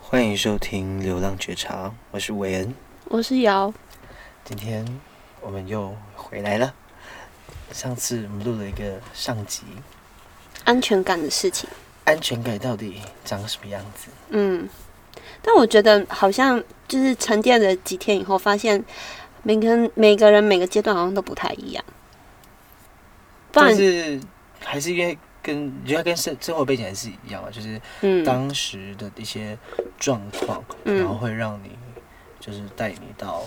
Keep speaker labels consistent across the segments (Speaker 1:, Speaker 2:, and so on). Speaker 1: 欢迎收听《流浪觉察》，我是韦恩。
Speaker 2: 我是瑶，
Speaker 1: 今天我们又回来了。上次我们录了一个上集，
Speaker 2: 安全感的事情。
Speaker 1: 安全感到底长什么样子？
Speaker 2: 嗯，但我觉得好像就是沉淀了几天以后，发现每个人每个人每个阶段好像都不太一样。不
Speaker 1: 但
Speaker 2: 然，
Speaker 1: 是还是因为跟你觉得跟生生活背景还是一样啊，就是
Speaker 2: 嗯，
Speaker 1: 当时的一些状况，
Speaker 2: 嗯
Speaker 1: 然后会让你就是带你到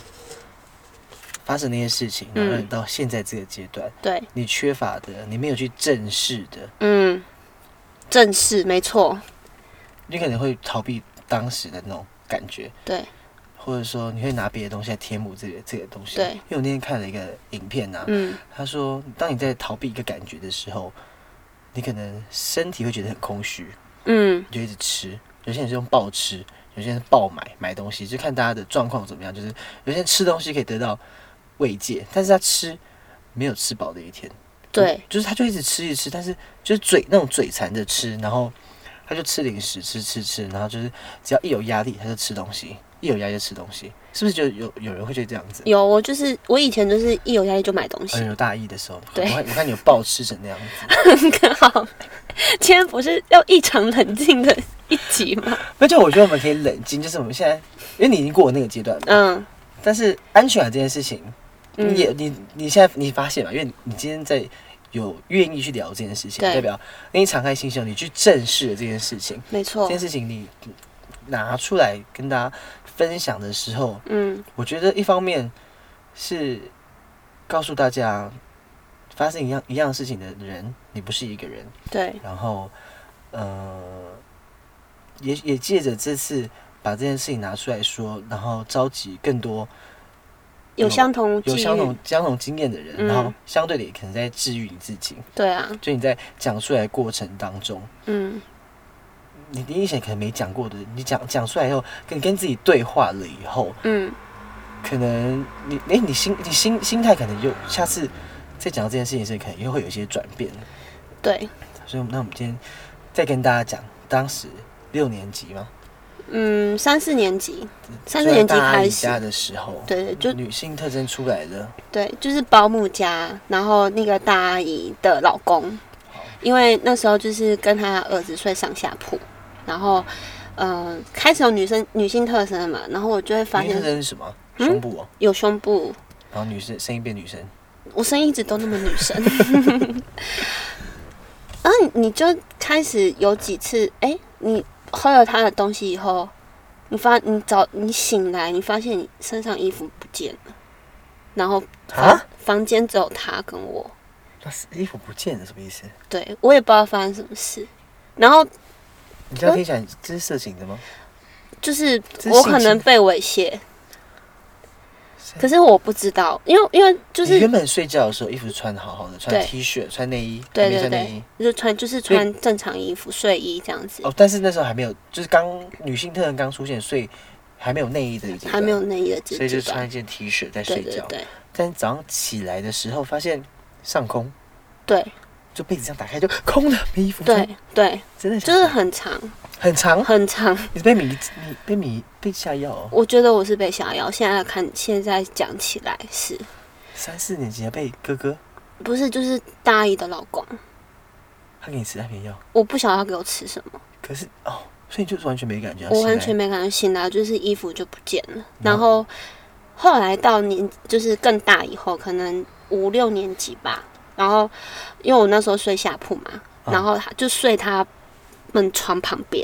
Speaker 1: 发生那些事情，然后让你
Speaker 2: 嗯
Speaker 1: 到现在这个阶段，
Speaker 2: 对，
Speaker 1: 你缺乏的，你没有去正视的，
Speaker 2: 嗯，正视没错，
Speaker 1: 你可能会逃避当时的那种感觉，
Speaker 2: 对，
Speaker 1: 或者说你会拿别的东西来填补这个这个东西。
Speaker 2: 对
Speaker 1: 因为我那天看了一个影片啊，
Speaker 2: 嗯，
Speaker 1: 他说，当你在逃避一个感觉的时候，你可能身体会觉得很空虚，
Speaker 2: 嗯，
Speaker 1: 你就一直吃。有些人是用暴吃，有些人是暴买买东西，就看大家的状况怎么样。就是有些人吃东西可以得到慰藉，但是他吃没有吃饱的一天。
Speaker 2: 对，
Speaker 1: 就是他就一直吃一直吃，但是就是嘴那种嘴馋着吃，然后他就吃零食吃吃吃，然后就是只要一有压力他就吃东西，一有压力就吃东西，是不是就有有人会觉得这样子？
Speaker 2: 有我就是我以前就是一有压力就买东西
Speaker 1: 很，有大意的时候，我
Speaker 2: 对
Speaker 1: 看我看你有暴吃成那样子，哎
Speaker 2: 刚 好今天不是要异常冷静的一集吗？
Speaker 1: 那就我觉得我们可以冷静，就是我们现在，因为你已经过了那个阶段了，
Speaker 2: 嗯
Speaker 1: 但是安全感这件事情，
Speaker 2: 嗯
Speaker 1: 你也你你现在你发现嘛，因为你今天在有愿意去聊这件事情，
Speaker 2: 对
Speaker 1: 代表你敞开心胸，你去正视了这件事情，
Speaker 2: 没错
Speaker 1: 这，件事情你拿出来跟大家分享的时候，
Speaker 2: 嗯
Speaker 1: 我觉得一方面是告诉大家，发生一样一样事情的人，你不是一个人。
Speaker 2: 对，
Speaker 1: 然后，呃，也也借着这次把这件事情拿出来说，然后召集更多
Speaker 2: 有相同
Speaker 1: 有
Speaker 2: 际
Speaker 1: 相
Speaker 2: 遇
Speaker 1: 同相同经验的人，
Speaker 2: 嗯
Speaker 1: 然后相对的也可能在治愈你自己。
Speaker 2: 对啊，
Speaker 1: 就你在讲出来的过程当中，
Speaker 2: 嗯。
Speaker 1: 你你以前可能没讲过的，你讲讲出来以后，跟跟自己对话了以后，
Speaker 2: 嗯，
Speaker 1: 可能你哎、你心你心心态可能又下次再讲到这件事情的时候，可能又会有一些转变。
Speaker 2: 对，
Speaker 1: 所以那我们今天再跟大家讲，当时六年级嘛，
Speaker 2: 嗯，三四年级，三四
Speaker 1: 虽然
Speaker 2: 年级
Speaker 1: 大家
Speaker 2: 开
Speaker 1: 离
Speaker 2: 始，
Speaker 1: 家的时候，
Speaker 2: 对，就
Speaker 1: 女性特征出来了，
Speaker 2: 对，就是保姆家，然后那个大阿姨的老公，因为那时候就是跟她儿子睡上下铺，然后，呃，开始有女生女性特征嘛，然后我就会发
Speaker 1: 女性特
Speaker 2: 现
Speaker 1: 征是什么？
Speaker 2: 嗯
Speaker 1: 胸部哦，
Speaker 2: 有胸部，
Speaker 1: 然后女生声音变女生，
Speaker 2: 我声音一直都那么女生， 然后你就开始有几次，哎、你喝了他的东西以后，你发你早你醒来，你发现你身上衣服不见了，然后房
Speaker 1: 啊
Speaker 2: 房间只有他跟我，
Speaker 1: 那是衣服不见了，什么意思？
Speaker 2: 对我也不知道发生什么事，然后
Speaker 1: 你这样听起来这是色情的吗？
Speaker 2: 就是
Speaker 1: 这是
Speaker 2: 我
Speaker 1: 性
Speaker 2: 可能
Speaker 1: 侵
Speaker 2: 被猥亵，可是我不知道，因为因为就
Speaker 1: 你
Speaker 2: 是
Speaker 1: 原本睡觉的时候衣服是穿好好的，穿
Speaker 2: 对
Speaker 1: T 恤、穿内衣，
Speaker 2: 对
Speaker 1: 还没
Speaker 2: 对
Speaker 1: 穿内
Speaker 2: 对
Speaker 1: 衣。，
Speaker 2: 就穿就是
Speaker 1: 所以
Speaker 2: 穿正常衣服睡衣这样子，
Speaker 1: 哦，但是那时候还没有，就是刚女性特征刚出现，所以还没有内衣的一个阶段，
Speaker 2: 还没有，内衣的阶
Speaker 1: 所以就
Speaker 2: 段，
Speaker 1: 穿一件 T 恤在
Speaker 2: 对
Speaker 1: 睡
Speaker 2: 对
Speaker 1: 觉。
Speaker 2: 对。
Speaker 1: 但是早上起来的时候，发现上空，
Speaker 2: 对
Speaker 1: 就被子这样打开就空的，没衣服穿。哦
Speaker 2: 对对，
Speaker 1: 真的假
Speaker 2: 就
Speaker 1: 的
Speaker 2: 是很长
Speaker 1: 很长，
Speaker 2: 很长。
Speaker 1: 你是被迷，你被迷被下药哦。
Speaker 2: 我觉得我是被下药，现在看现在讲起来是
Speaker 1: 三四年级还被哥哥，
Speaker 2: 不是就是大一的老公？
Speaker 1: 他给你吃安眠药，
Speaker 2: 我不晓得他给我吃什么，可
Speaker 1: 是哦，所以你就完全没感觉。
Speaker 2: 我完
Speaker 1: 醒
Speaker 2: 全
Speaker 1: 来
Speaker 2: 没感觉，醒来就是衣服就不见了。
Speaker 1: 然
Speaker 2: 然后后来到年就是更大以后，可能五六年级吧。然后因为我那时候睡下铺嘛，
Speaker 1: 嗯
Speaker 2: 然后他就睡他们床旁边，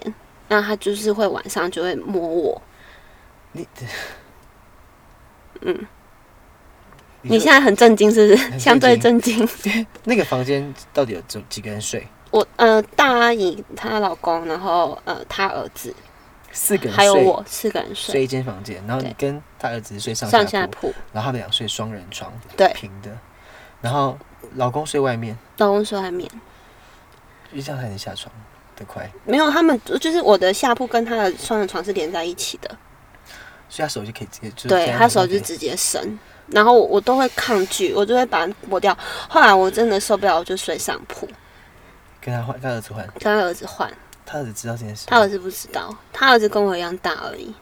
Speaker 2: 那他就是会晚上就会摸我。
Speaker 1: 你，
Speaker 2: 嗯，
Speaker 1: 你
Speaker 2: 你
Speaker 1: 就
Speaker 2: 现在很震惊是不是？
Speaker 1: 很
Speaker 2: 相对
Speaker 1: 震
Speaker 2: 震惊。
Speaker 1: 那个房间到底有几几个人睡？
Speaker 2: 我呃，大阿姨她老公，然后呃，她儿子，
Speaker 1: 四个人睡，
Speaker 2: 还有我，四个人
Speaker 1: 睡
Speaker 2: 睡
Speaker 1: 一间房间，然后你跟大儿子睡上
Speaker 2: 上
Speaker 1: 下
Speaker 2: 下
Speaker 1: 铺，
Speaker 2: 铺。
Speaker 1: 然后他们俩睡双人床，
Speaker 2: 对
Speaker 1: 平的，然后老公睡外面，
Speaker 2: 老公睡外面，
Speaker 1: 因为这样才能下床得快，
Speaker 2: 没有他们，就是我的下铺跟他的双人床是连在一起的，
Speaker 1: 所以他手就可以直接就是
Speaker 2: 对
Speaker 1: 这样
Speaker 2: 他手
Speaker 1: 可以
Speaker 2: 就直接伸，然后我我都会抗拒，我就会把它抹掉。后来我真的受不了，我就睡上铺，
Speaker 1: 跟他换跟他儿子换，
Speaker 2: 跟他儿子换。
Speaker 1: 他儿子知道这件事吗，
Speaker 2: 他儿子不知道，他儿子跟我一样大而已，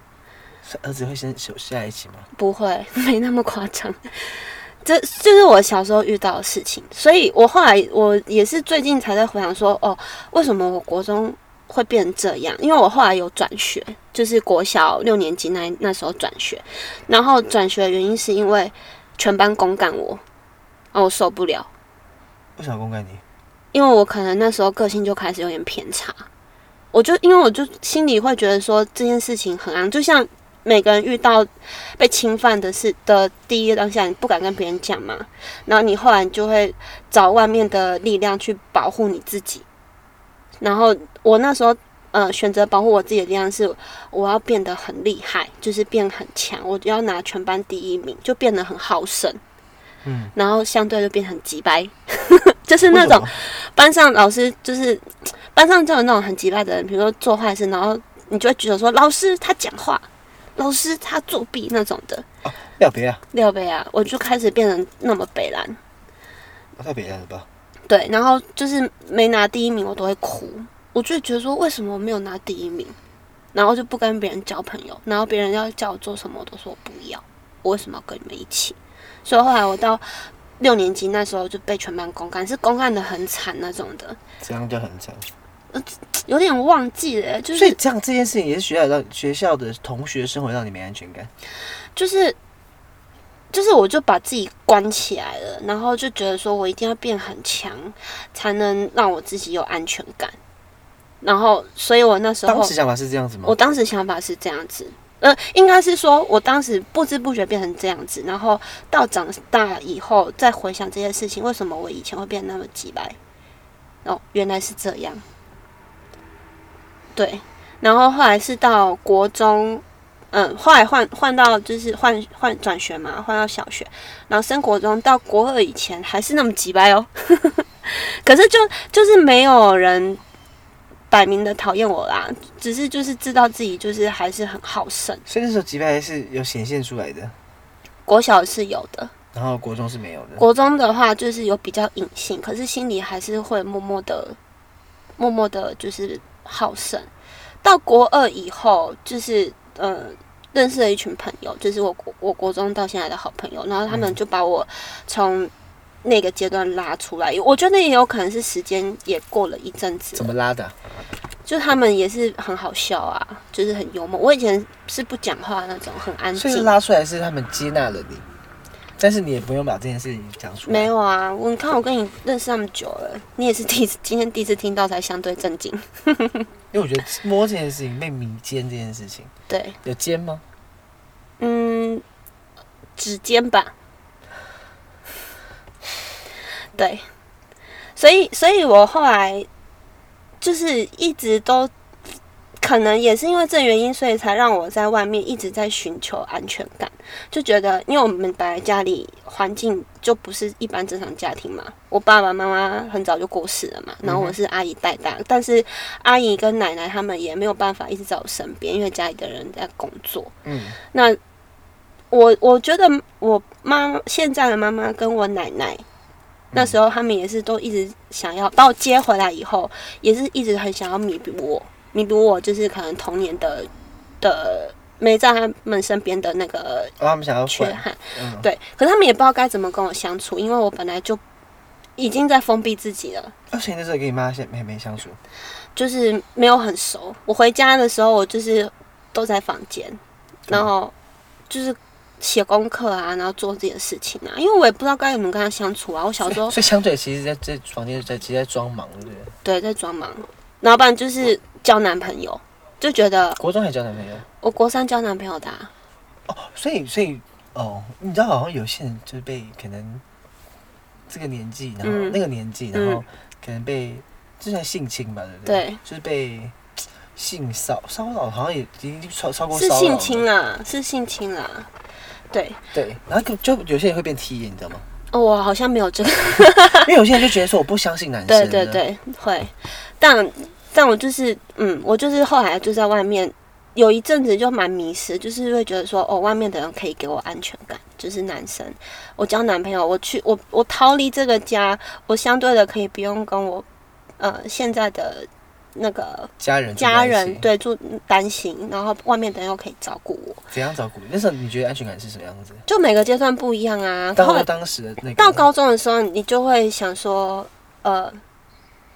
Speaker 1: 是儿子会先手下一起吗？
Speaker 2: 不会， 没那么夸张。这就是我小时候遇到的事情，所以我后来我也是最近才在回想说，哦，为什么我国中会变成这样？因为我后来有转学，就是国小六年级那那时候转学，然后转学的原因是因为全班公干我，啊，我受不了，
Speaker 1: 为什么要公干你？
Speaker 2: 因为我可能那时候个性就开始有点偏差，我就因为我就心里会觉得说这件事情很肮，就像每个人遇到被侵犯的事的第一当下，你不敢跟别人讲嘛，然后你后来你就会找外面的力量去保护你自己，然后我那时候。呃，选择保护我自己的力量是，我要变得很厉害，就是变很强，我要拿全班第一名，就变得很好胜，
Speaker 1: 嗯，
Speaker 2: 然后相对就变很急掰， 就是那种
Speaker 1: 为什么
Speaker 2: 班上老师就是班上就有那种很急败的人，比如说做坏事，然后你就会举手说老师他讲话，老师他作弊那种的。
Speaker 1: 廖别啊，
Speaker 2: 廖北啊，我就开始变成那么北蓝，
Speaker 1: 太别啊了吧？
Speaker 2: 对，然后就是没拿第一名我都会哭，我就觉得说为什么我没有拿第一名，然后就不跟别人交朋友，然后别人要叫我做什么我都说我不要，我为什么要跟你们一起？所以后来我到六年级那时候就被全班公干，是公干的很惨那种的，
Speaker 1: 这样就很惨。
Speaker 2: 有点忘记了，就
Speaker 1: 所
Speaker 2: 是
Speaker 1: 以这样这件事情也是学校让学校的同学生活让你没安全感。
Speaker 2: 就是就是，我就把自己关起来了，然后就觉得说我一定要变很强，才能让我自己有安全感。然后，所以我那时候
Speaker 1: 当时想法是这样子吗
Speaker 2: 我？当时想法是这样子，呃，应该是说我当时不知不觉变成这样子，然后到长大以后再回想这些事情，为什么我以前会变那么急白？哦，原来是这样。对，然后后来是到国中，嗯，后来换换到就是换换转学嘛，换到小学，然后升国中到国二以前还是那么急白哦， 可是就就是没有人摆明的讨厌我啦，只是就是知道自己就是还是很好胜，
Speaker 1: 所以那时候击败是有显现出来的，
Speaker 2: 国小是有的，
Speaker 1: 然后国中是没有的。
Speaker 2: 国中的话就是有比较隐性，可是心里还是会默默的、默默的，就是好胜。到国二以后，就是呃，认识了一群朋友，就是我国我国中到现在的好朋友，然后他们就把我从那个阶段拉出来。我觉得也有可能是时间也过了一阵子了，
Speaker 1: 怎么拉的啊、
Speaker 2: 就他们也是很好笑啊，就是很幽默。我以前是不讲话那种，很安
Speaker 1: 所以
Speaker 2: 静。
Speaker 1: 拉出来是他们接纳了你，但是你也不用把这件事情讲出来。
Speaker 2: 没有啊，我你看我跟你认识那么久了，你也是第一次今天第一次听到才相对震惊。
Speaker 1: 因为我觉得摸这件事情被迷奸这件事情
Speaker 2: 对，
Speaker 1: 有奸吗？
Speaker 2: 嗯，指尖吧。对，所以，所以我后来就是一直都，可能也是因为这原因，所以才让我在外面一直在寻求安全感，就觉得，因为我们本来家里环境就不是一般正常家庭嘛，我爸爸妈妈很早就过世了嘛，然后我是阿姨带大，但是阿姨跟奶奶他们也没有办法一直在我身边，因为家里的人在工作，
Speaker 1: 嗯，
Speaker 2: 那我我觉得我妈现在的妈妈跟我奶奶，那时候他们也是都一直想要把我接回来，以后也是一直很想要弥补我，弥补我就是可能童年的的没在他们身边的那个
Speaker 1: 哦，他们想要
Speaker 2: 缺
Speaker 1: 换，
Speaker 2: 憾。
Speaker 1: 嗯，
Speaker 2: 啊对，可是他们也不知道该怎么跟我相处，因为我本来就已经在封闭自己了。
Speaker 1: 而且那时候跟你妈现妹妹相处，
Speaker 2: 就是没有很熟。我回家的时候，我就是都在房间，然后就是写功课啊，然后做自己的事情啊，因为我也不知道该怎么跟他相处啊。我小 时候
Speaker 1: 所以相对其实在这房间在其实在装忙，对不对？
Speaker 2: 对在装忙，然后不然就是交男朋友，就觉得
Speaker 1: 国中还交男朋友
Speaker 2: 我国三交男朋友的、啊，
Speaker 1: 哦，所以所以哦，你知道好像有些人就是被可能这个年纪，然后、
Speaker 2: 嗯
Speaker 1: 那个年纪，然后可能被就算性侵吧，对不对？
Speaker 2: 对，
Speaker 1: 就是被性骚骚扰，好像也已经超超过
Speaker 2: 是
Speaker 1: 骚扰
Speaker 2: 性
Speaker 1: 了
Speaker 2: 侵啦，是性侵啦，对。
Speaker 1: 对，然后就就有些人会变 T，你知道吗？
Speaker 2: 哦，我好像没有这个，
Speaker 1: 因为有些人就觉得说我不相信男生
Speaker 2: 对
Speaker 1: 的，
Speaker 2: 对对，会，但但我就是，嗯，我就是后来就在外面有一阵子就蛮迷失，就是会觉得说，哦，外面的人可以给我安全感，就是男生，我交男朋友，我去，我我逃离这个家，我相对的可以不用跟我呃现在的那个
Speaker 1: 家人住在一起
Speaker 2: 家人对住嗯担心，然后外面的人又可以照顾我，
Speaker 1: 怎样照顾你？那时候你觉得安全感是什么样子？
Speaker 2: 就每个阶段不一样啊。后
Speaker 1: 到
Speaker 2: 来
Speaker 1: 当时的那个
Speaker 2: 到高中的时候，你就会想说，呃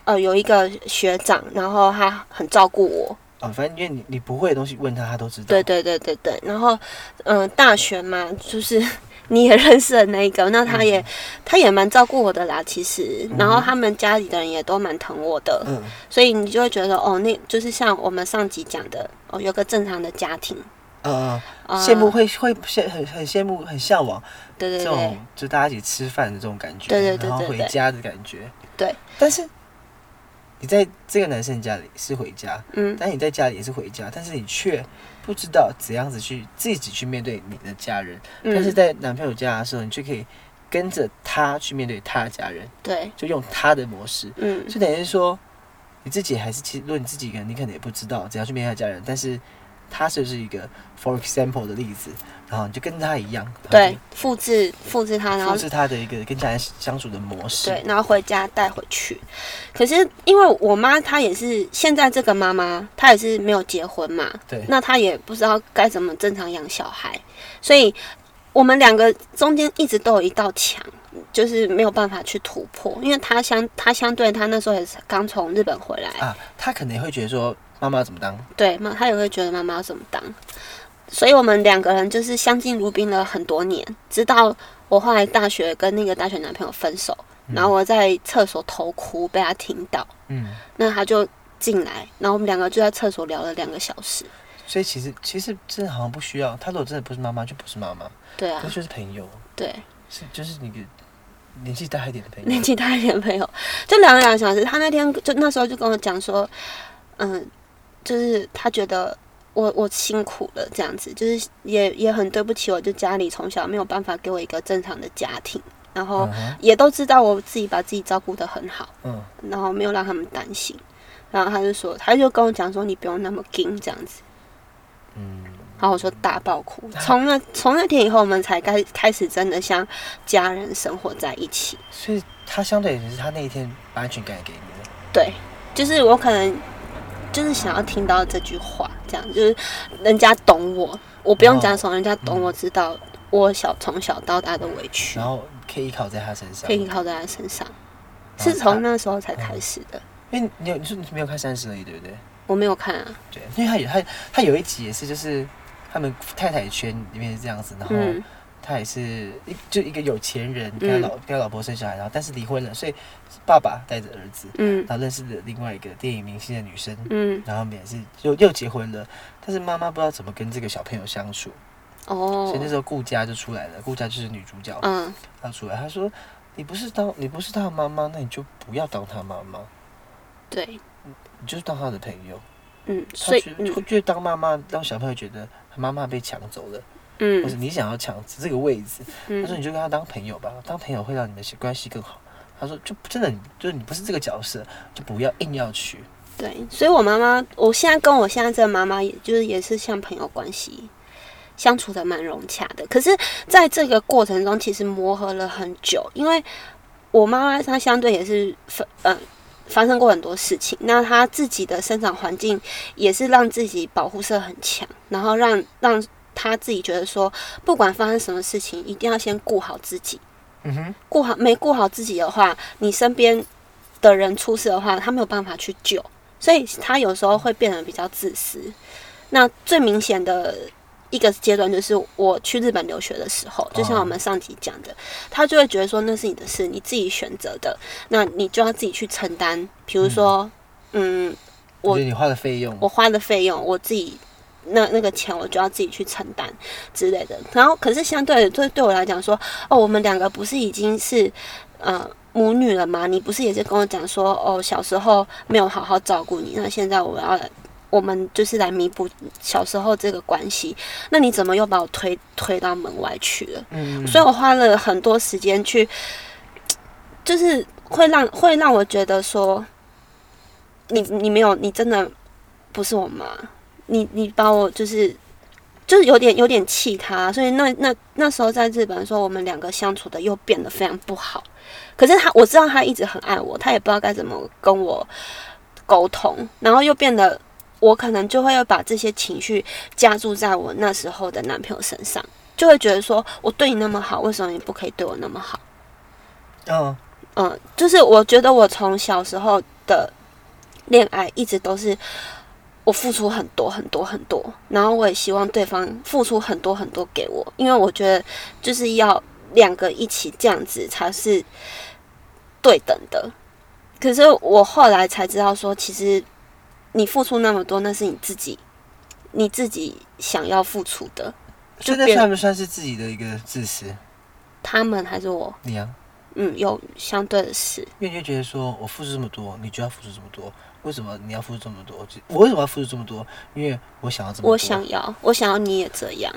Speaker 2: 呃，有一个学长，然后他很照顾我，
Speaker 1: 啊、反正因为你你不会的东西问他，他都知道。
Speaker 2: 对对对对对。然后，嗯、大学嘛，就是 你也认识的那一个，那他
Speaker 1: 嗯
Speaker 2: 也、他也蛮照顾我的啦，其实。然后他们家里的人也都蛮疼我的，
Speaker 1: 嗯，
Speaker 2: 所以你就会觉得哦，那就是像我们上集讲的，哦，有个正常的家庭，
Speaker 1: 呃，
Speaker 2: 啊
Speaker 1: 羡慕会会羡很很羡慕很向往
Speaker 2: 对对
Speaker 1: 这
Speaker 2: 对
Speaker 1: 种就大家一起吃饭的这种感觉，
Speaker 2: 对对对
Speaker 1: 然后
Speaker 2: 对
Speaker 1: 回
Speaker 2: 对
Speaker 1: 家的感觉。
Speaker 2: 对，
Speaker 1: 但是你在这个男生家里是回家，
Speaker 2: 嗯，
Speaker 1: 但你在家里也是回家，但是你却不知道怎样子去自己去面对你的家人，但是
Speaker 2: 嗯，
Speaker 1: 在男朋友家的时候，你就可以跟着他去面对他的家人，
Speaker 2: 对，
Speaker 1: 就用他的模式，
Speaker 2: 嗯，
Speaker 1: 就等于是说你自己还是其实，如果你自己一个人，你可能也不知道怎样去面对他家人，但是他就是一个 for example 的例子，然后你就跟他一样，
Speaker 2: 对，复制复制它，
Speaker 1: 然
Speaker 2: 然
Speaker 1: 后
Speaker 2: 后
Speaker 1: 就复制他的一个跟家人相处的模式，
Speaker 2: 对，然后回家带回去。可是因为我妈她也是现在这个妈妈，她也是没有结婚嘛，
Speaker 1: 对
Speaker 2: 那她也不知道该怎么正常养小孩，所以我们两个中间一直都有一道墙，就是没有办法去突破。因为她相她相对她那时候也是刚从日本回来，
Speaker 1: 啊，他可能也会觉得说妈妈怎么当，
Speaker 2: 对妈她也会觉得妈妈要怎么当，所以我们两个人就是相敬如宾了很多年，直到我后来大学跟那个大学男朋友分手。然后我在厕所偷哭，被他听到，
Speaker 1: 嗯，
Speaker 2: 那他就进来，然后我们两个就在厕所聊了两个小时。
Speaker 1: 所以其实其实真的好像不需要，他如果真的不是妈妈就不是妈妈，
Speaker 2: 对啊
Speaker 1: 那，就是朋友，
Speaker 2: 对，
Speaker 1: 是就是你个年纪大一点的 朋
Speaker 2: 年
Speaker 1: 友，
Speaker 2: 纪大一点的朋友就聊了两个小时。他那天就那时候就跟我讲说，嗯，就是他觉得我我辛苦了，这样子，就是也也很对不起我，就家里从小没有办法给我一个正常的家庭，然后
Speaker 1: 嗯哼
Speaker 2: 也都知道我自己把自己照顾得很好。
Speaker 1: 嗯，
Speaker 2: 然后没有让他们担心。然后他就说，他就跟我讲说，你不用那么硬这样子。
Speaker 1: 嗯，
Speaker 2: 然后我就大爆哭。从那从那天以后，我们才开开始真的像家人生活在一起。
Speaker 1: 所以他相对也是他那一天把安全感给你的，
Speaker 2: 对，就是我可能就是想要听到这句话，这样就是人家懂我，我不用讲什么，人家
Speaker 1: 嗯
Speaker 2: 懂我知道我小从小到大的委屈
Speaker 1: 然，后可以依靠在他身上，
Speaker 2: 可以靠在他身上。
Speaker 1: 后
Speaker 2: 是从
Speaker 1: 他
Speaker 2: 那时候才开始的，
Speaker 1: 因为你有你说你没有看三十而已，对不对？
Speaker 2: 我没有看啊，
Speaker 1: 对，因为他有他他有一集也是就是他们太太圈里面是这样子，然后
Speaker 2: 嗯
Speaker 1: 他也是一就一个有钱人，跟
Speaker 2: 嗯
Speaker 1: 他老、跟他老婆生小孩，然后但是离婚了，所以爸爸带着儿子，
Speaker 2: 嗯
Speaker 1: 然后认识了另外一个电影明星的女生，
Speaker 2: 嗯，
Speaker 1: 然后他们也是又又结婚了，但是妈妈不知道怎么跟这个小朋友相处，
Speaker 2: 哦
Speaker 1: 所以，那时候顾佳就出来了，顾佳就是女主角，
Speaker 2: 嗯
Speaker 1: 她出来，她说你不是当你不是她的妈妈，那你就不要当她妈妈，
Speaker 2: 对，
Speaker 1: 你就是当她的朋友。
Speaker 2: 嗯，所
Speaker 1: 她
Speaker 2: 以
Speaker 1: 觉
Speaker 2: 嗯
Speaker 1: 得觉得当妈妈让小朋友觉得妈妈被抢走了，或者
Speaker 2: 嗯
Speaker 1: 你想要抢这个位置，他说
Speaker 2: 嗯
Speaker 1: 你就跟他当朋友吧，当朋友会让你们关系更好。他说就真的就是你不是这个角色，就不要硬要去。
Speaker 2: 对，所以我妈妈，我现在跟我现在这个妈妈，也就是也是像朋友关系相处的蛮融洽的。可是在这个过程中，其实磨合了很久，因为我妈妈她相对也是发呃发生过很多事情，那她自己的生长环境也是让自己保护色很强，然后让让她自己觉得说，不管发生什么事情，一定要先顾好自己。
Speaker 1: 嗯哼，
Speaker 2: 顾好没顾好自己的话，你身边的人出事的话，他没有办法去救，所以他有时候会变得比较自私。那最明显的一个阶段就是我去日本留学的时候，就像我们上集讲的，他就会觉得说那是你的事，你自己选择的，那你就要自己去承担。比如说，嗯，我
Speaker 1: 就是你花的费用，
Speaker 2: 我花的费用，我自己那那个钱我就要自己去承担之类的。然后，可是相对的，对对我来讲说，哦，我们两个不是已经是呃母女了吗？你不是也是跟我讲说，哦，小时候没有好好照顾你，那现在我要来。我们就是来弥补小时候这个关系，那你怎么又把我推推到门外去了？
Speaker 1: 嗯，
Speaker 2: 所以我花了很多时间去，就是会让会让我觉得说，你你没有，你真的不是我妈，你你把我就是就是有点有点气他，所以那那那时候在日本的时候，我们两个相处的又变得非常不好。可是他我知道他一直很爱我，他也不知道该怎么跟我沟通，然后又变得我可能就会又把这些情绪加注在我那时候的男朋友身上，就会觉得说我对你那么好，为什么你不可以对我那么好？
Speaker 1: 嗯，
Speaker 2: 嗯，就是我觉得我从小时候的恋爱一直都是我付出很多很多很多，然后我也希望对方付出很多很多给我，因为我觉得就是要两个一起这样子才是对等的。可是我后来才知道说，其实你付出那么多，那是你自己你自己想要付出的。
Speaker 1: 所以那
Speaker 2: 变
Speaker 1: 算不算是自己的一个自私？
Speaker 2: 他们还是我，
Speaker 1: 你啊，
Speaker 2: 嗯，有相对的事。
Speaker 1: 因为你就觉得说我付出这么多，你就要付出这么多，为什么你要付出这么多？就我为什么要付出这么多？因为我想要这么多。
Speaker 2: 我想
Speaker 1: 嗯
Speaker 2: 要，我想要你也这样。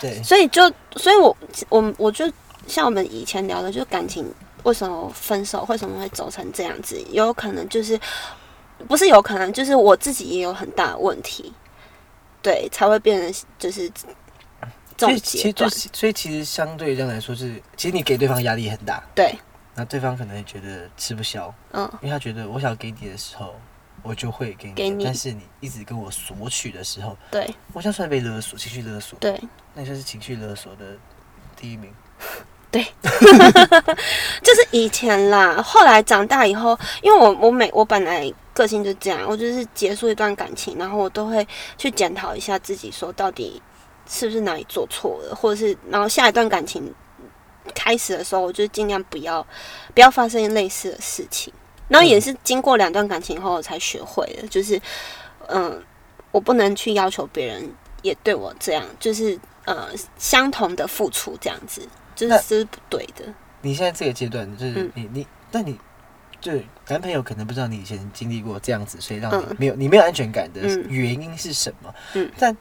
Speaker 1: 对，
Speaker 2: 所以就，所以我我我就像我们以前聊的，就是感情为什么分手，为什么会走成这样子，有可能就是不是有可能，就是我自己也有很大的问题，对，才会变成就是这
Speaker 1: 所
Speaker 2: 种
Speaker 1: 以其
Speaker 2: 阶
Speaker 1: 实就
Speaker 2: 段，
Speaker 1: 是所以其实相对这样来说是，其实你给对方压力很大，
Speaker 2: 对，
Speaker 1: 那对方可能也觉得吃不消，
Speaker 2: 嗯，
Speaker 1: 因为他觉得我想给你的时候，我就会给你，
Speaker 2: 给你
Speaker 1: 但是你一直跟我索取的时候，
Speaker 2: 对
Speaker 1: 我像算被勒索，情绪勒索，
Speaker 2: 对。
Speaker 1: 那你就是情绪勒索的第一名。
Speaker 2: 就是以前啦，后来长大以后，因为我我每我本来个性就这样，我就是结束一段感情，然后我都会去检讨一下自己，说到底是不是哪里做错了，或者是然后下一段感情开始的时候，我就尽量不要不要发生类似的事情。然后也是经过两段感情后，我才学会的，就是嗯，我不能去要求别人也对我这样，就是呃相同的付出这样子，就是
Speaker 1: 那
Speaker 2: 这是不对的。
Speaker 1: 你现在这个阶段，就是
Speaker 2: 嗯
Speaker 1: 你、你，但你对男朋友可能不知道你以前经历过这样子，所以让你
Speaker 2: 嗯
Speaker 1: 没有、你没有安全感的
Speaker 2: 嗯
Speaker 1: 原因是什么？
Speaker 2: 嗯
Speaker 1: 但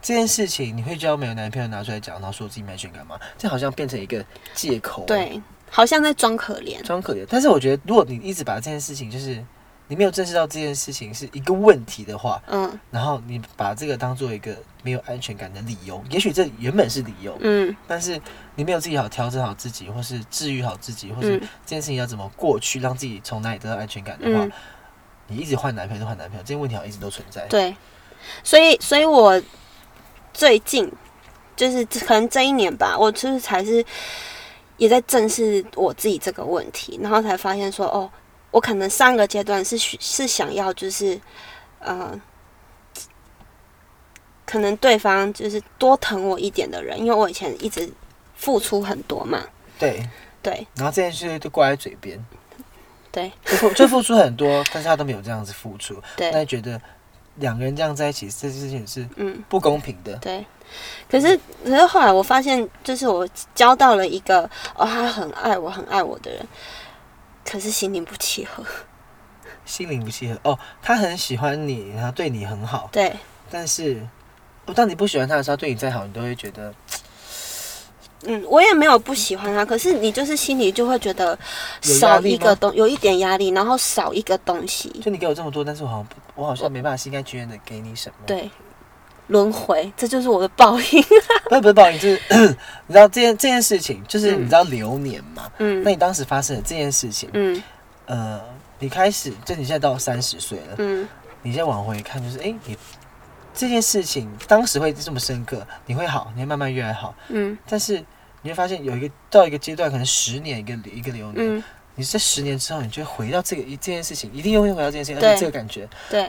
Speaker 1: 这件事情你会叫没有男朋友拿出来讲，然后说自己没安全感吗？这好像变成一个借口，，
Speaker 2: 对，好像在装可怜。
Speaker 1: 装可怜。但是我觉得，如果你一直把这件事情就是。你没有正视到这件事情是一个问题的话，
Speaker 2: 嗯
Speaker 1: 然后你把这个当做一个没有安全感的理由，也许这原本是理由，
Speaker 2: 嗯
Speaker 1: 但是你没有自己好调整好自己，或是治愈好自己，或是
Speaker 2: 嗯
Speaker 1: 这件事情要怎么过去，让自己从哪里得到安全感的话，
Speaker 2: 嗯，
Speaker 1: 你一直换男朋友就换男朋友，这些问题好像一直都存在。
Speaker 2: 对，所以所以我最近就是可能这一年吧，我就是才是也在正视我自己这个问题，然后才发现说，哦，我可能上个阶段是需是想要就是呃。可能对方就是多疼我一点的人，因为我以前一直付出很多嘛，
Speaker 1: 对，
Speaker 2: 对
Speaker 1: 然后这件事就挂在嘴边，
Speaker 2: 对
Speaker 1: 就付就付出很多，但是他都没有这样子付出，那
Speaker 2: 对，
Speaker 1: 你觉得两个人这样在一起，这件事情是
Speaker 2: 嗯，
Speaker 1: 不公平的。
Speaker 2: 对，可是可是后来我发现，就是我交到了一个哦，他很爱我，很爱我的人，可是心灵不契合。
Speaker 1: 心灵不契合哦，他很喜欢你，然后对你很好，
Speaker 2: 对
Speaker 1: 但是哦当你不喜欢他的时候，他对你再好，你都会觉得
Speaker 2: 嗯，我也没有不喜欢他，可是你就是心里就会觉得
Speaker 1: 有压
Speaker 2: 少
Speaker 1: 力
Speaker 2: 一
Speaker 1: 吗
Speaker 2: 个东，有一点压力，然后少一个东西，
Speaker 1: 就你给我这么多，但是我好像不我好像没办法心甘情愿的给你什么。
Speaker 2: 对，轮回，这就是我的报应。
Speaker 1: 不是不是报应， 就是你知道这件这件事情，就是
Speaker 2: 嗯
Speaker 1: 你知道流年嘛？那
Speaker 2: 嗯
Speaker 1: 你当时发生的这件事情，
Speaker 2: 嗯
Speaker 1: 呃，你开始就你现在到三十岁了，
Speaker 2: 嗯
Speaker 1: 你现在往回看，就是哎、诶你这件事情当时会这么深刻，你会好，你会慢慢越来越好，
Speaker 2: 嗯
Speaker 1: 但是你会发现有一个到一个阶段，可能十年一个一个流年，
Speaker 2: 嗯，
Speaker 1: 你在十年之后，你就会回到这个一这件事情，一定又会回到这件事情，而
Speaker 2: 对
Speaker 1: 且这个感觉，
Speaker 2: 对，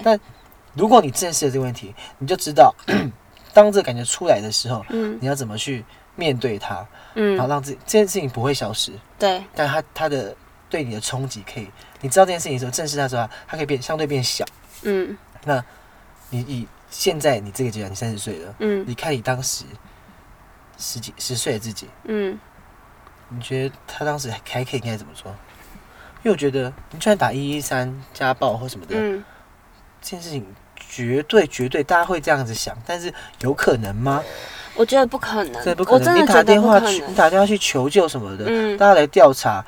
Speaker 1: 如果你正视了这个问题，你就知道， 当这个感觉出来的时候，
Speaker 2: 嗯
Speaker 1: 你要怎么去面对它。然后
Speaker 2: 嗯
Speaker 1: 让自己这件事情不会消失，
Speaker 2: 对
Speaker 1: 但它它的对你的冲击可以，你知道这件事情的时候，正视它之后，它可以变相对变小。
Speaker 2: 嗯
Speaker 1: 你以现在你这个阶段，你三十岁了，
Speaker 2: 嗯
Speaker 1: 你看你当时十几十岁的自己，
Speaker 2: 嗯
Speaker 1: 你觉得他当时还可以应该怎么做？因为我觉得你居然打一一三家暴或什么的、
Speaker 2: 嗯，
Speaker 1: 这件事情，绝对绝对大家会这样子想，但是有可能吗？
Speaker 2: 我觉得不可能，
Speaker 1: 这不可
Speaker 2: 嗯我真
Speaker 1: 能。
Speaker 2: 的
Speaker 1: 你
Speaker 2: 觉
Speaker 1: 打
Speaker 2: 得
Speaker 1: 电
Speaker 2: 不
Speaker 1: 话
Speaker 2: 可
Speaker 1: 去，你
Speaker 2: 能。
Speaker 1: 打电话去求救什么的，
Speaker 2: 嗯，
Speaker 1: 大家来调查，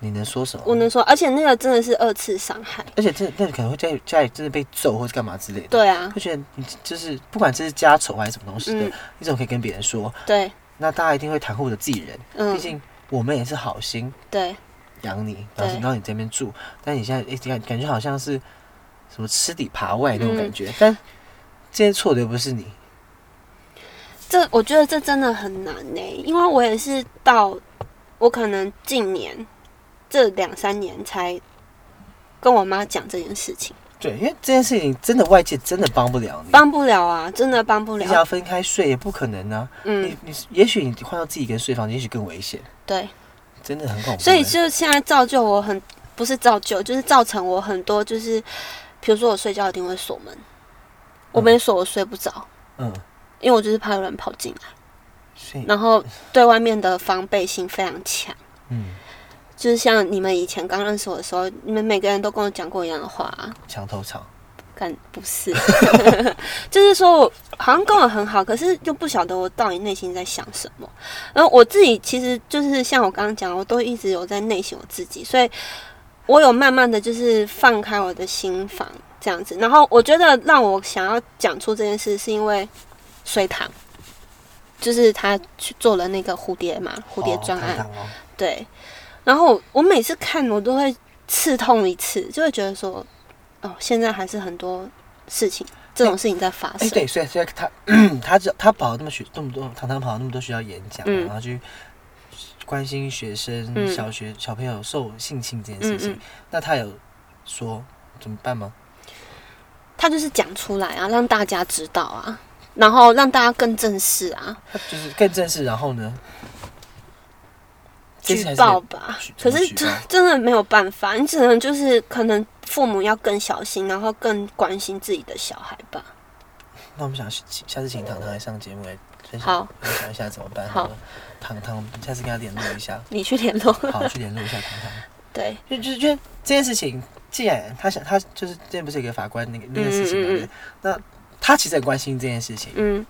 Speaker 1: 你能说什么？
Speaker 2: 我能说，而且那个真的是二次伤害。
Speaker 1: 而且这那可能会家里家里真的被揍或者干嘛之类的，
Speaker 2: 对啊，
Speaker 1: 会觉得你就是不管这是家丑还是什么东西的，
Speaker 2: 嗯
Speaker 1: 你总可以跟别人说，
Speaker 2: 对，
Speaker 1: 那大家一定会袒护着自己人，
Speaker 2: 嗯
Speaker 1: 毕，竟我们也是好心
Speaker 2: 对，
Speaker 1: 养你，然后
Speaker 2: 对
Speaker 1: 让你这边住，但你现在哎、感感觉好像是什么吃里扒外那种感
Speaker 2: 嗯
Speaker 1: 觉，但这些错的又不是你，
Speaker 2: 这我觉得这真的很难呢、因为我也是到我可能近年这两三年才跟我妈讲这件事情，
Speaker 1: 对，因为这件事情真的外界真的帮不了你，
Speaker 2: 帮不了啊，真的帮不
Speaker 1: 你想要
Speaker 2: 了。
Speaker 1: 分开睡也不可能啊。
Speaker 2: 嗯
Speaker 1: 你，你也许你换到自己一个人睡房间，也许更危险，
Speaker 2: 对，
Speaker 1: 真的很恐怖。欸
Speaker 2: 所以就现在造就我很不是造就，就是造成我很多就是，比如说我睡觉一定会锁门，我没锁我睡不着，
Speaker 1: 嗯，
Speaker 2: 因为我就是怕有人跑进来，
Speaker 1: 所以
Speaker 2: 然后对外面的防备心非常强。
Speaker 1: 嗯，
Speaker 2: 就是像你们以前刚认识我的时候，你们每个人都跟我讲过一样的话、啊，
Speaker 1: 墙头草，
Speaker 2: 但不是， 就是说我好像跟我很好，可是就不晓得我到底内心在想什么。然后我自己其实就是像我刚刚讲，我都一直有在内省我自己，所以我有慢慢的就是放开我的心房这样子。然后我觉得让我想要讲出这件事，是因为隋唐，就是他去做了那个蝴蝶嘛，蝴蝶
Speaker 1: 哦
Speaker 2: 专
Speaker 1: 看
Speaker 2: 案，
Speaker 1: 看哦
Speaker 2: 对，然后我每次看我都会刺痛一次，就会觉得说，哦，现在还是很多事情，这种事情在发
Speaker 1: 哎、
Speaker 2: 生。
Speaker 1: 对，所以所以 他他只他跑那么学那么多，常常跑那么多学校演讲，啊
Speaker 2: 嗯
Speaker 1: 然后去关心学生、
Speaker 2: 嗯
Speaker 1: 小学小朋友受性侵这件事情，
Speaker 2: 嗯嗯
Speaker 1: 那他有说怎么办吗？
Speaker 2: 他就是讲出来啊，让大家知道啊，然后让大家更正视啊，
Speaker 1: 他就是更正式，然后呢？这次还
Speaker 2: 举
Speaker 1: 是
Speaker 2: 报
Speaker 1: 得
Speaker 2: 吧
Speaker 1: 举。
Speaker 2: 可
Speaker 1: 怎么
Speaker 2: 是
Speaker 1: 举
Speaker 2: 真
Speaker 1: 报
Speaker 2: 真的没有办法，你只能就是可能父母要更小心，然后更关心自己的小孩吧。
Speaker 1: 那我们想下下次请糖糖来上节目来分享
Speaker 2: 好，
Speaker 1: 分享一下怎么办
Speaker 2: 好，
Speaker 1: 好了。糖糖，我们下次跟他联络一下
Speaker 2: 你去联络，
Speaker 1: 好去联络一下糖糖。
Speaker 2: 对，
Speaker 1: 就就就这件事情，既然他想他就是之前不是有个法官那个那个事情嘛，
Speaker 2: 嗯嗯嗯
Speaker 1: 对那他其实很关心这件事情，
Speaker 2: 嗯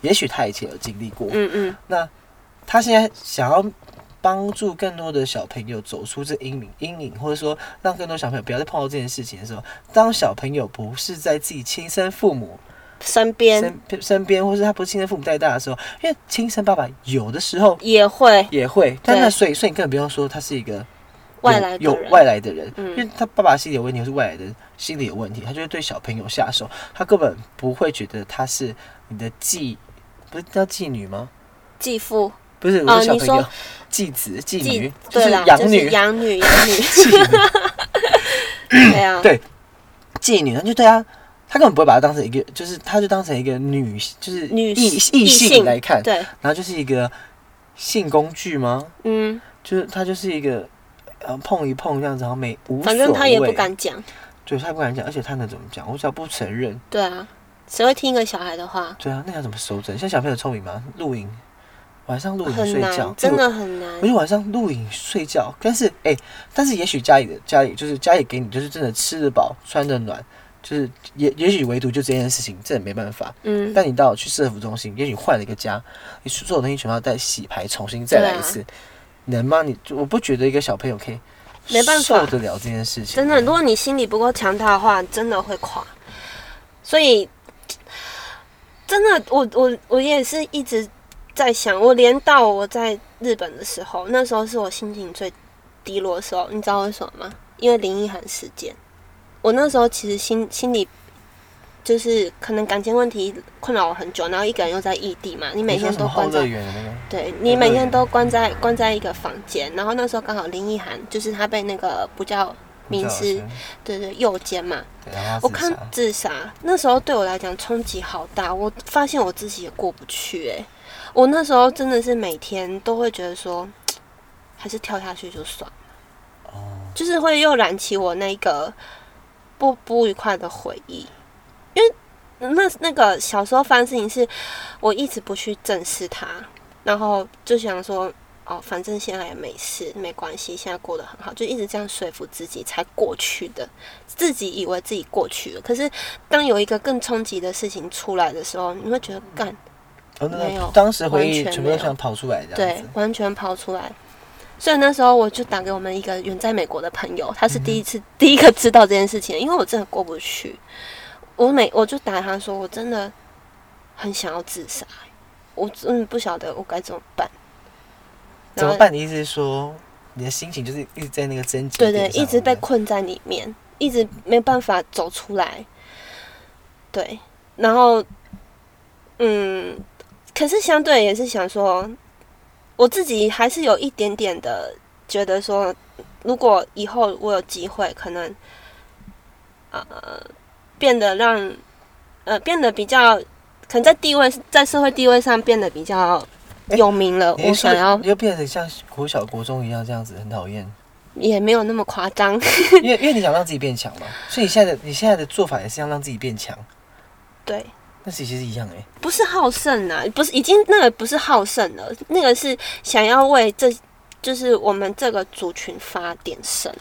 Speaker 1: 也许他以前有经历过，
Speaker 2: 嗯嗯，
Speaker 1: 他现在想要帮助更多的小朋友走出这阴影阴影，或者说让更多小朋友不要再碰到这件事情的时候，当小朋友不是在自己亲生父母
Speaker 2: 身边
Speaker 1: 身身边，或是他不是亲生父母带大的时候，因为亲生爸爸有的时候
Speaker 2: 也会
Speaker 1: 也会，但
Speaker 2: 对
Speaker 1: 那所以所以你更不用说他是一个
Speaker 2: 外来的
Speaker 1: 有
Speaker 2: 人
Speaker 1: 有外来的人，因
Speaker 2: 嗯
Speaker 1: 为他爸爸心理有问题，或是外来的人心理有问题，他就会对小朋友下手，他根本不会觉得他是你的继，不是叫继女吗？
Speaker 2: 继父
Speaker 1: 不是，
Speaker 2: 哦
Speaker 1: 我是小
Speaker 2: 你
Speaker 1: 朋
Speaker 2: 说
Speaker 1: 友，继子、继女
Speaker 2: 继，
Speaker 1: 就是
Speaker 2: 对啦，
Speaker 1: 养
Speaker 2: 就是
Speaker 1: 女，
Speaker 2: 养女养女，
Speaker 1: 继女
Speaker 2: 对啊，
Speaker 1: 对 继女，他就对他，他根本不会把她当成一个，就是他就当成一个女，就是
Speaker 2: 女
Speaker 1: 异
Speaker 2: 性
Speaker 1: 异
Speaker 2: 异
Speaker 1: 性
Speaker 2: 性
Speaker 1: 来看，
Speaker 2: 对，
Speaker 1: 然后就是一个性工具吗？
Speaker 2: 嗯，
Speaker 1: 就是他就是一个。呃，碰一碰这样子，然后没无所谓。
Speaker 2: 反正他也不，敢讲，
Speaker 1: 对他也不敢讲，而且他能怎么讲？我只要不承认，
Speaker 2: 对啊，谁会听一个小孩的话？
Speaker 1: 对啊，那要怎么收整？像小朋友聪明吗？露营，晚上露营
Speaker 2: 很
Speaker 1: 睡觉
Speaker 2: 难，，真
Speaker 1: 哎。
Speaker 2: 的很
Speaker 1: 我我
Speaker 2: 难。
Speaker 1: 就晚上露营睡觉，但是哎、但是也许家里的家里就是家里给你就是真的吃得饱穿得暖，就是也也许唯独就这件事情真的没办法。
Speaker 2: 嗯，
Speaker 1: 但你到去社服中心，也许换了一个家，你所有东西全部要再洗牌，重新再来一
Speaker 2: 啊
Speaker 1: 次，能吗？你就我不觉得一个小朋友可以
Speaker 2: 没办法
Speaker 1: 受得了这件事情，
Speaker 2: 真的，如果你心理不够强大的话，真的会垮。所以，真的，我我我也是一直在想，我连到我在日本的时候，那时候是我心情最低落的时候，你知道为什么吗？因为林奕涵事件，我那时候其实心心里。就是可能感情问题困扰我很久，然后一个人又在异地嘛，你每
Speaker 1: 你说
Speaker 2: 天
Speaker 1: 什
Speaker 2: 都
Speaker 1: 么后
Speaker 2: 关在
Speaker 1: 乐园的那个，
Speaker 2: 对你每天都关在关在一个房间，然后那时候刚好林奕涵就是他被那个不叫名师，对对右肩嘛，
Speaker 1: 对，然后
Speaker 2: 我
Speaker 1: 他自
Speaker 2: 看
Speaker 1: 杀
Speaker 2: 自杀那时候对我来讲冲击好大，我发现我自己也过不去哎、我那时候真的是每天都会觉得说，还是跳下去就算了，
Speaker 1: 哦，
Speaker 2: 就是会又燃起我那个不不愉快的回忆，因为那那个小时候发生事情是我一直不去正视它，然后就想说。哦，反正现在也没事，没关系，现在过得很好，就一直这样说服自己才过去的。自己以为自己过去了，可是当有一个更冲击的事情出来的时候，你会觉得干
Speaker 1: 哦，那
Speaker 2: 没有
Speaker 1: 个当时回忆
Speaker 2: 完全
Speaker 1: 全部都
Speaker 2: 没有
Speaker 1: 想跑出来这样
Speaker 2: 对
Speaker 1: 子。，
Speaker 2: 完全跑出来。所以那时候我就打给我们一个远在美国的朋友，他是
Speaker 1: 嗯
Speaker 2: 第一次、第一个知道这件事情的，因为我真的过不去。我每我就打他说，我真的很想要自杀，我真的不晓得我该怎么办。
Speaker 1: 怎
Speaker 2: 然
Speaker 1: 么
Speaker 2: 后
Speaker 1: 办？你意思是说你的心情就是一直在那个症结
Speaker 2: 对
Speaker 1: 点
Speaker 2: 对，
Speaker 1: 上
Speaker 2: 一直
Speaker 1: 对
Speaker 2: 被
Speaker 1: 不
Speaker 2: 困在里面。一直没办法走出来。对，然后，嗯，可是相对也是想说，我自己还是有一点点的觉得说，如果以后我有机会，可能，呃，变得让，呃，变得比较，可能在地位在社会地位上变得比较有名了，
Speaker 1: 你
Speaker 2: 我
Speaker 1: 是说
Speaker 2: 想要
Speaker 1: 你就变成像国小国中一样这样子，很讨 厌。
Speaker 2: 也没有那么夸张。
Speaker 1: 因为因为你想让自己变强嘛，所以你现在的你现在的做法也是要让自己变强，
Speaker 2: 对，
Speaker 1: 那其实一样哎、
Speaker 2: 不是好胜啊，不是已经那个不是好胜了，那个是想要为这就是我们这个族群发点声，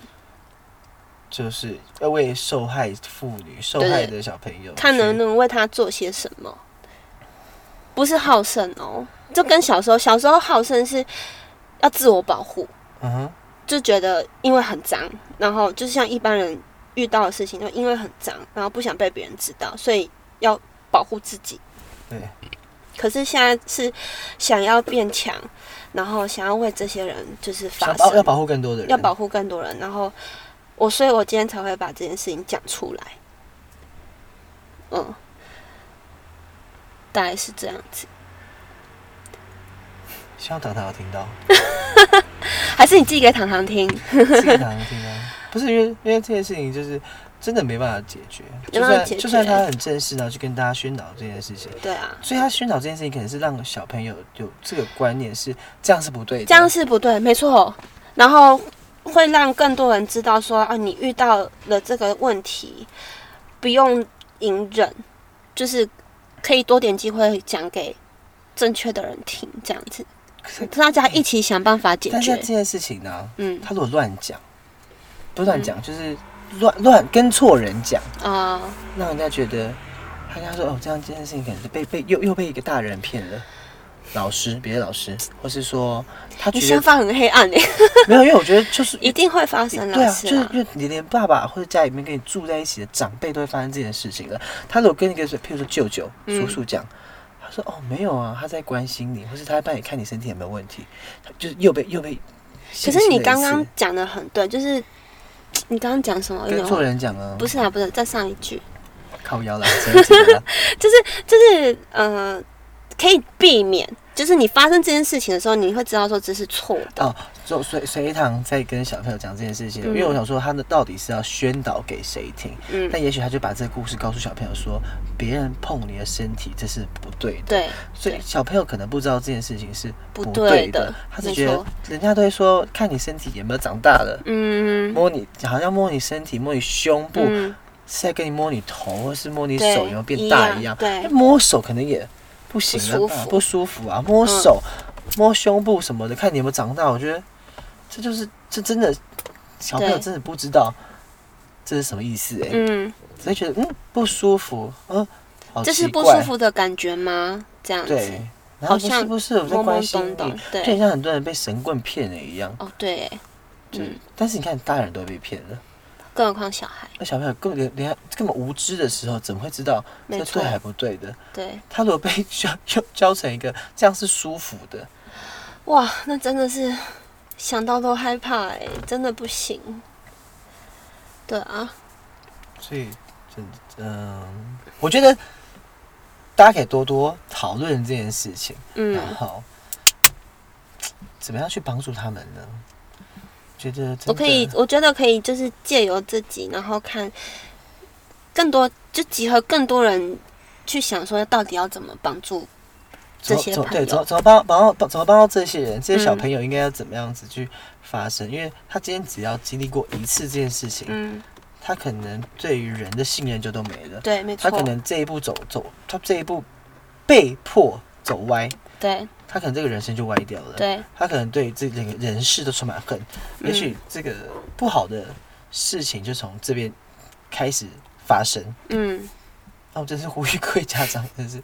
Speaker 1: 就是要为受害妇女、受害的小朋友去，
Speaker 2: 看能不能为他做些什么，不是好胜哦，就跟小时候小时候好胜是要自我保护，
Speaker 1: 嗯哼，
Speaker 2: 就觉得因为很脏，然后就像一般人遇到的事情，就因为很脏，然后不想被别人知道，所以要保护自己。
Speaker 1: 对。
Speaker 2: 可是现在是想要变强，然后想要为这些人就是发
Speaker 1: 想
Speaker 2: 声
Speaker 1: 保，要保护更多的人，
Speaker 2: 要保护更多人。然后我，所以我今天才会把这件事情讲出来。嗯，大概是这样子。
Speaker 1: 希望糖糖有听到，
Speaker 2: 还是你寄给糖糖听，
Speaker 1: 自己糖糖听到，不是因为因为这件事情就是真的没办法解决，
Speaker 2: 没
Speaker 1: 就
Speaker 2: 办法
Speaker 1: 算
Speaker 2: 解决
Speaker 1: 就算他很正式，然后去跟大家宣导这件事情。
Speaker 2: 对啊，
Speaker 1: 所以他宣导这件事情，可能是让小朋友有这个观念是这样是不对的，
Speaker 2: 这样是不对，没错。然后会让更多人知道说啊，你遇到了这个问题，不用隐忍，就是可以多点机会讲给正确的人听，这样子
Speaker 1: 是，
Speaker 2: 大家一起想办法解
Speaker 1: 但是
Speaker 2: 决
Speaker 1: 这。件事情呢、
Speaker 2: 嗯
Speaker 1: 他如果乱讲，不是乱讲，就是乱乱跟错人讲，
Speaker 2: 啊、
Speaker 1: 让人家觉得，他跟他说哦，这样这件事情可能是被被又又被一个大人骗了，老师，别的老师，或是说他
Speaker 2: 你
Speaker 1: 觉
Speaker 2: 想
Speaker 1: 得
Speaker 2: 法很黑暗诶，
Speaker 1: 没有，因为我觉得就是
Speaker 2: 一定会发生
Speaker 1: 对
Speaker 2: 啦，
Speaker 1: 啊，
Speaker 2: 是
Speaker 1: 就是
Speaker 2: 啊
Speaker 1: 因为你连爸爸或者家里面跟你住在一起的长辈都会发生这件事情了。他如果跟一个譬如说舅舅、
Speaker 2: 嗯
Speaker 1: 叔叔讲，他说哦没有啊，他在关心你，或是他在帮你看你身体有没有问题，他就是又被又被
Speaker 2: 可
Speaker 1: 信息了一次。
Speaker 2: 是你刚刚讲的很对，就是你刚刚讲什么？有
Speaker 1: 跟
Speaker 2: 点
Speaker 1: 错
Speaker 2: 忘
Speaker 1: 人讲啊，
Speaker 2: 不是啊，不是，再上一句。
Speaker 1: 靠腰啦，真的啦
Speaker 2: 就是呃，可以避免，就是你发生这件事情的时候，你会知道说这是错 的。
Speaker 1: 哦，所隋隋唐在跟小朋友讲这件事情，
Speaker 2: 嗯
Speaker 1: 因为我想说他的到底是要宣导给谁听，
Speaker 2: 嗯，
Speaker 1: 但也许他就把这个故事告诉小朋友说，别人碰你的身体这是不对的，
Speaker 2: 对，
Speaker 1: 所以小朋友可能不知道这件事情是
Speaker 2: 不
Speaker 1: 对
Speaker 2: 对的
Speaker 1: 他是
Speaker 2: 没
Speaker 1: 觉得
Speaker 2: 错
Speaker 1: 人家都会说看你身体有没有长大了，
Speaker 2: 嗯
Speaker 1: 摸你好像摸你身体摸你胸部、
Speaker 2: 嗯，
Speaker 1: 是在跟你摸你头或是摸你
Speaker 2: 对
Speaker 1: 手有没有变大
Speaker 2: 一
Speaker 1: 一
Speaker 2: 样
Speaker 1: 样，
Speaker 2: 对
Speaker 1: 那摸手可能也不行
Speaker 2: 不舒
Speaker 1: 了
Speaker 2: 服
Speaker 1: 吧，不舒服啊，摸手、摸胸部什么的，看你有没有长大，我觉得这就是这真的小朋友
Speaker 2: 对
Speaker 1: 真的不知道这是什么意思哎、
Speaker 2: 嗯，
Speaker 1: 只会觉得嗯不舒服，嗯，好
Speaker 2: 这是
Speaker 1: 奇
Speaker 2: 不
Speaker 1: 怪
Speaker 2: 舒，服的感觉吗？这样子，
Speaker 1: 对，然
Speaker 2: 好
Speaker 1: 后不
Speaker 2: 像
Speaker 1: 是不是我在
Speaker 2: 懵
Speaker 1: 关
Speaker 2: 懵
Speaker 1: 心
Speaker 2: 懂
Speaker 1: 你，
Speaker 2: 懂，
Speaker 1: 就很
Speaker 2: 对，
Speaker 1: 像很多人被神棍骗了一样，
Speaker 2: 哦对耶，
Speaker 1: 就是
Speaker 2: 嗯
Speaker 1: 但是你看大人都被骗了。
Speaker 2: 更何况小孩，
Speaker 1: 那小朋友根本连连根本无知的时候，怎么会知道
Speaker 2: 没
Speaker 1: 这
Speaker 2: 错
Speaker 1: 对还不对的？
Speaker 2: 对，
Speaker 1: 他如果被 教教教成一个这样是舒服的，
Speaker 2: 哇，那真的是想到都害怕哎，真的不行。对啊，
Speaker 1: 所以真嗯，我觉得大家可以多多讨论这件事情，
Speaker 2: 嗯
Speaker 1: 然后怎么样去帮助他们呢？觉得真的
Speaker 2: 我可以，我觉得可以，就是借由自己，然后看更多，就集合更多人去想说，到底要怎么帮助。
Speaker 1: 怎么
Speaker 2: 这些
Speaker 1: 怎么
Speaker 2: 朋
Speaker 1: 对
Speaker 2: 友
Speaker 1: 怎么怎么帮帮到怎么帮到这些人，这些小
Speaker 2: 嗯
Speaker 1: 朋友应该要怎么样子去发生？因为他今天只要经历过一次这件事情，
Speaker 2: 嗯，
Speaker 1: 他可能对于人的信任就都没了。
Speaker 2: 对，没
Speaker 1: 他
Speaker 2: 错，
Speaker 1: 可能这一步走走，他这一步被迫走歪，
Speaker 2: 对
Speaker 1: 他可能这个人生就歪掉了。
Speaker 2: 对，
Speaker 1: 他可能对这整个人事都充满恨，也
Speaker 2: 嗯
Speaker 1: 许这个不好的事情就从这边开始发生。
Speaker 2: 嗯，
Speaker 1: 那我真是呼吁各位家长，真是，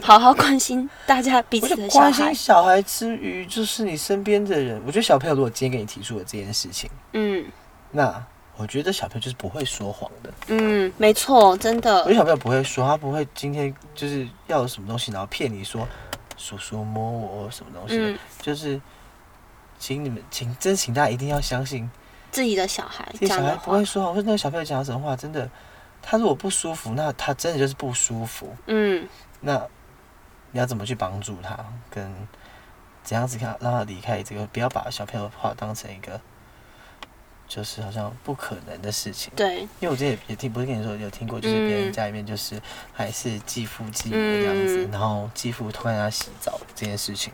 Speaker 2: 好好关心大家彼
Speaker 1: 我
Speaker 2: 此
Speaker 1: 就
Speaker 2: 的小
Speaker 1: 关
Speaker 2: 孩
Speaker 1: 心。小孩之余，就是你身边的人。我觉得小朋友如果今天跟你提出了这件事情，
Speaker 2: 嗯
Speaker 1: 那我觉得小朋友就是不会说谎的。
Speaker 2: 嗯，没错，真
Speaker 1: 我觉得
Speaker 2: 的，
Speaker 1: 小朋友不会说，他不会今天就是要有什么东西，然后骗你说叔叔摸我什么东西的，
Speaker 2: 嗯，
Speaker 1: 就是请你们，请真的请大家一定要相信
Speaker 2: 自己的小孩
Speaker 1: 那
Speaker 2: 这
Speaker 1: 小
Speaker 2: 样
Speaker 1: 孩
Speaker 2: 的
Speaker 1: 不
Speaker 2: 话
Speaker 1: 会，说，我说那个小朋友讲什么话，真的，他如果不舒服，那他真的就是不舒服。
Speaker 2: 嗯，
Speaker 1: 那你要怎么去帮助他，跟怎样子看让他离开这个，不要把小朋友的话当成一个就是好像不可能的事情。
Speaker 2: 对，
Speaker 1: 因为我之前也也听，不是跟你说有听过，就是别人家里面就是还是继父继母这样子，
Speaker 2: 嗯
Speaker 1: 然后继父突然要洗澡这件事情，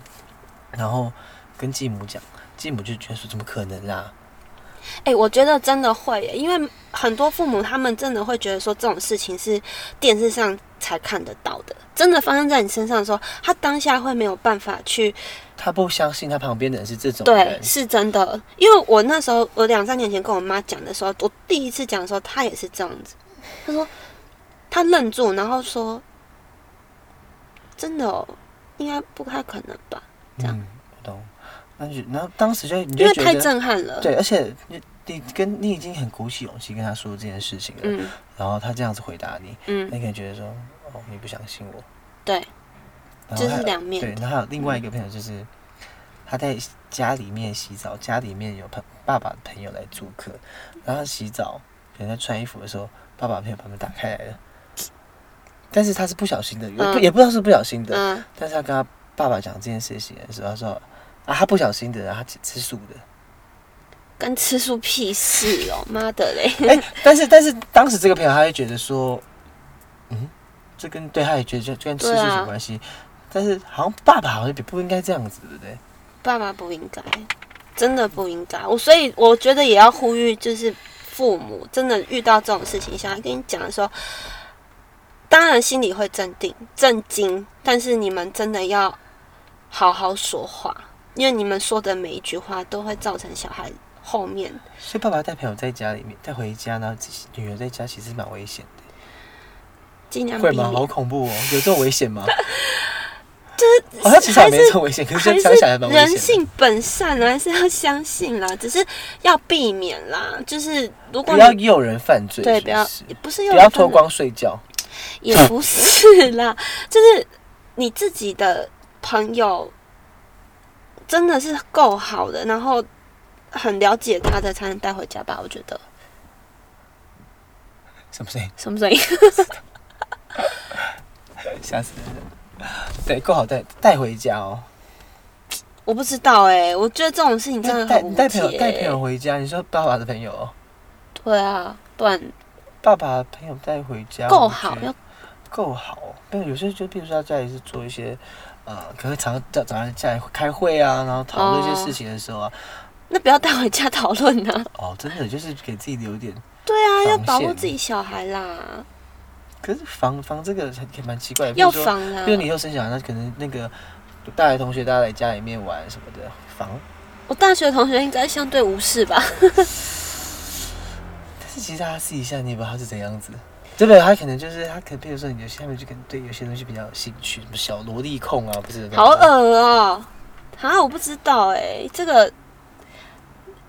Speaker 1: 然后跟继母讲，继母就觉得说怎么可能啊啦、
Speaker 2: 哎、我觉得真的会耶，因为很多父母他们真的会觉得说这种事情是电视上才看得到的，真的发生在你身上的时候，他当下会没有办法去
Speaker 1: 他不相信他旁边的人是这种
Speaker 2: 对，
Speaker 1: 人，
Speaker 2: 是真的。因为我那时候，我两三年前跟我妈讲的时候，我第一次讲的时候，她也是这样子。她说，她愣住，然后说：“真的哦，应该不太可能吧？”这样
Speaker 1: 嗯，我懂。那就然后当时就你
Speaker 2: 因
Speaker 1: 就
Speaker 2: 为
Speaker 1: 觉
Speaker 2: 太
Speaker 1: 得
Speaker 2: 震撼了。
Speaker 1: 对，而且你你跟你已经很鼓起勇气跟他说这件事情了，
Speaker 2: 嗯
Speaker 1: 然后他这样子回答你，
Speaker 2: 嗯，
Speaker 1: 那你可能觉得说哦你不相信我，
Speaker 2: 对，
Speaker 1: 然后
Speaker 2: 就
Speaker 1: 还
Speaker 2: 是
Speaker 1: 有
Speaker 2: 两面嗯
Speaker 1: 对，然后还有另外一个朋友就是他在家里面洗澡，家里面有朋爸爸的朋友来做客，然后他洗澡，可能在穿衣服的时候，爸爸的朋友把门打开来了，但是他是不小心的，也不、
Speaker 2: 嗯
Speaker 1: 也不知道是不小心的，
Speaker 2: 嗯
Speaker 1: 但是他跟他爸爸讲这件事情的时候，他说啊他不小心的，他吃吃素的，
Speaker 2: 跟吃素屁事哦， 妈的嘞！
Speaker 1: 哎、但是但是当时这个朋友他会觉得说，嗯，这跟对他也觉得就就跟吃素
Speaker 2: 对啊
Speaker 1: 什么关系？但是好像爸爸好像也不应该这样子，对不对？
Speaker 2: 爸爸不应该，真的不应该。我所以我觉得也要呼吁，就是父母真的遇到这种事情，想要跟你讲的时候，当然心里会镇定、震惊，但是你们真的要好好说话，因为你们说的每一句话都会造成小孩后面
Speaker 1: 所以爸爸带朋友在家里面带回家，然后自己女儿在家其实蛮危险的，
Speaker 2: 尽量避
Speaker 1: 会吗？
Speaker 2: 免。
Speaker 1: 好恐怖 哦！有这种危险吗？这好像其实也没这种危险，可是
Speaker 2: 还
Speaker 1: 就想
Speaker 2: 是
Speaker 1: 起来还蛮危
Speaker 2: 人
Speaker 1: 险的。
Speaker 2: 性本善啊，还是要相信啦，只是要避免啦。就是如果
Speaker 1: 不要
Speaker 2: 你
Speaker 1: 诱人犯罪，
Speaker 2: 对
Speaker 1: 是
Speaker 2: 不要
Speaker 1: 是
Speaker 2: 不是
Speaker 1: 不
Speaker 2: 用
Speaker 1: 要脱光睡觉。
Speaker 2: 也 不是啦，就是你自己的朋友真的是够好的，然后很了解他的才能带回家吧？我觉得
Speaker 1: 什么声音？
Speaker 2: 什么声音？
Speaker 1: 吓死人了！对，够好带带回家哦。
Speaker 2: 我不知道哎、我觉得这种事情真的
Speaker 1: 带
Speaker 2: 很
Speaker 1: 你
Speaker 2: 无
Speaker 1: 带朋友
Speaker 2: 解欸
Speaker 1: 带朋友回家，你说爸爸的朋友、哦，
Speaker 2: 对啊，不然
Speaker 1: 爸爸的朋友带回家
Speaker 2: 够
Speaker 1: 我
Speaker 2: 好
Speaker 1: 觉得
Speaker 2: 要
Speaker 1: 够好。没有，有些就比如说他家里是做一些，呃，可能常早早上家里开会啊，然后讨论一些
Speaker 2: 哦
Speaker 1: 事情的时候啊，
Speaker 2: 那不要带回家讨论 呐。
Speaker 1: 哦，真的就是给自己留一点。
Speaker 2: 对啊，要
Speaker 1: 防
Speaker 2: 保护
Speaker 1: 线
Speaker 2: 自己小孩啦，
Speaker 1: 可是防防这个还蛮奇怪的，比
Speaker 2: 要
Speaker 1: 如说，
Speaker 2: 防啊啦
Speaker 1: 比。如你以后生小孩，那可能那个大学同学大家来家里面玩什么的，防。
Speaker 2: 我大学同学应该相对无视吧？
Speaker 1: 但是其实他私底下你也不知道他是怎样子。对不对？他可能就是他，可能比如说你的下面就可能对有些东西比较有兴趣，什么小萝莉控啊，不是？
Speaker 2: 好恶哦、啊，我不知道哎、这个，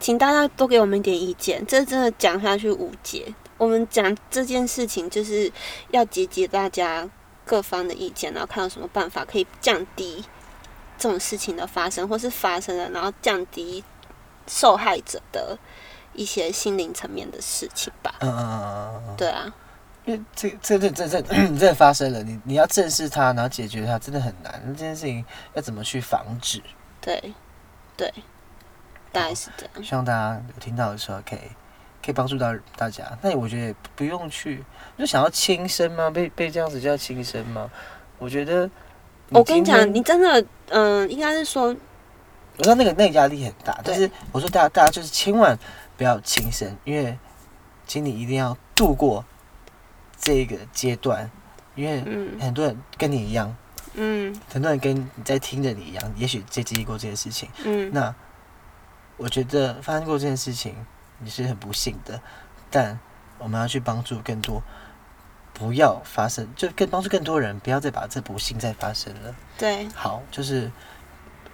Speaker 2: 请大家多给我们一点意见，这真的讲下去无解。我们讲这件事情，就是要集结大家各方的意见，然后看有什么办法可以降低这种事情的发生，或是发生了，然后降低受害者的一些心灵层面的事情吧。
Speaker 1: 嗯嗯嗯嗯嗯嗯。
Speaker 2: 对啊，
Speaker 1: 因为这这这这这真的发生了，你你要正视它，然后解决它，真的很难。那这件事情要怎么去防止？
Speaker 2: 对，对，大概是这样。
Speaker 1: 希望大家有听到的时候，可以可以帮助到大家。那我觉得也不用去，就想要轻生吗？被被这样子叫轻生吗？我觉得
Speaker 2: 我跟
Speaker 1: 今
Speaker 2: 你
Speaker 1: 天
Speaker 2: 讲，你真的，嗯，应该是说
Speaker 1: 我知道那个那个压力很大，但
Speaker 2: 对
Speaker 1: 是我说大家大家就是千万不要轻生，因为请你一定要度过这个阶段，因为
Speaker 2: 嗯
Speaker 1: 很多人跟你一样。
Speaker 2: 嗯
Speaker 1: 很多人跟你在听着你一样，也许在经历过这件事情。
Speaker 2: 嗯，
Speaker 1: 那我觉得发生过这件事情，你是很不幸的，但我们要去帮助更多，不要发生，就更帮助更多人，不要再把这不幸再发生了。
Speaker 2: 对
Speaker 1: 好，就是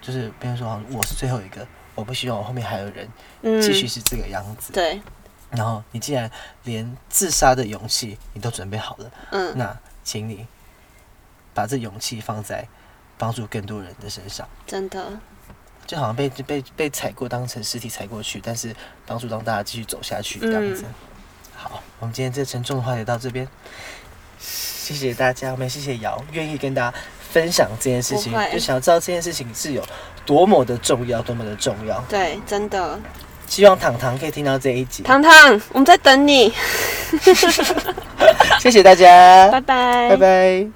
Speaker 1: 就是，比如说，好我是最后一个，我不希望我后面还有人
Speaker 2: 嗯，
Speaker 1: 继续是这个样子。
Speaker 2: 对，
Speaker 1: 然后你既然连自杀的勇气你都准备好了，
Speaker 2: 嗯，
Speaker 1: 那请你把这勇气放在帮助更多人的身上。
Speaker 2: 真的，
Speaker 1: 就好像被被被踩过，当成尸体踩过去，但是帮助让大家继续走下去这样子。
Speaker 2: 嗯
Speaker 1: 好，我们今天这沉重的话题到这边，谢谢大家，我们也谢谢瑶愿意跟大家分享这件事情
Speaker 2: 不，会
Speaker 1: 就想知道这件事情是有多么的重要，多么的重要。
Speaker 2: 对，真的，
Speaker 1: 希望糖糖可以听到这一集，
Speaker 2: 糖糖，我们在等你，
Speaker 1: 谢谢大家，
Speaker 2: 拜拜，
Speaker 1: 拜拜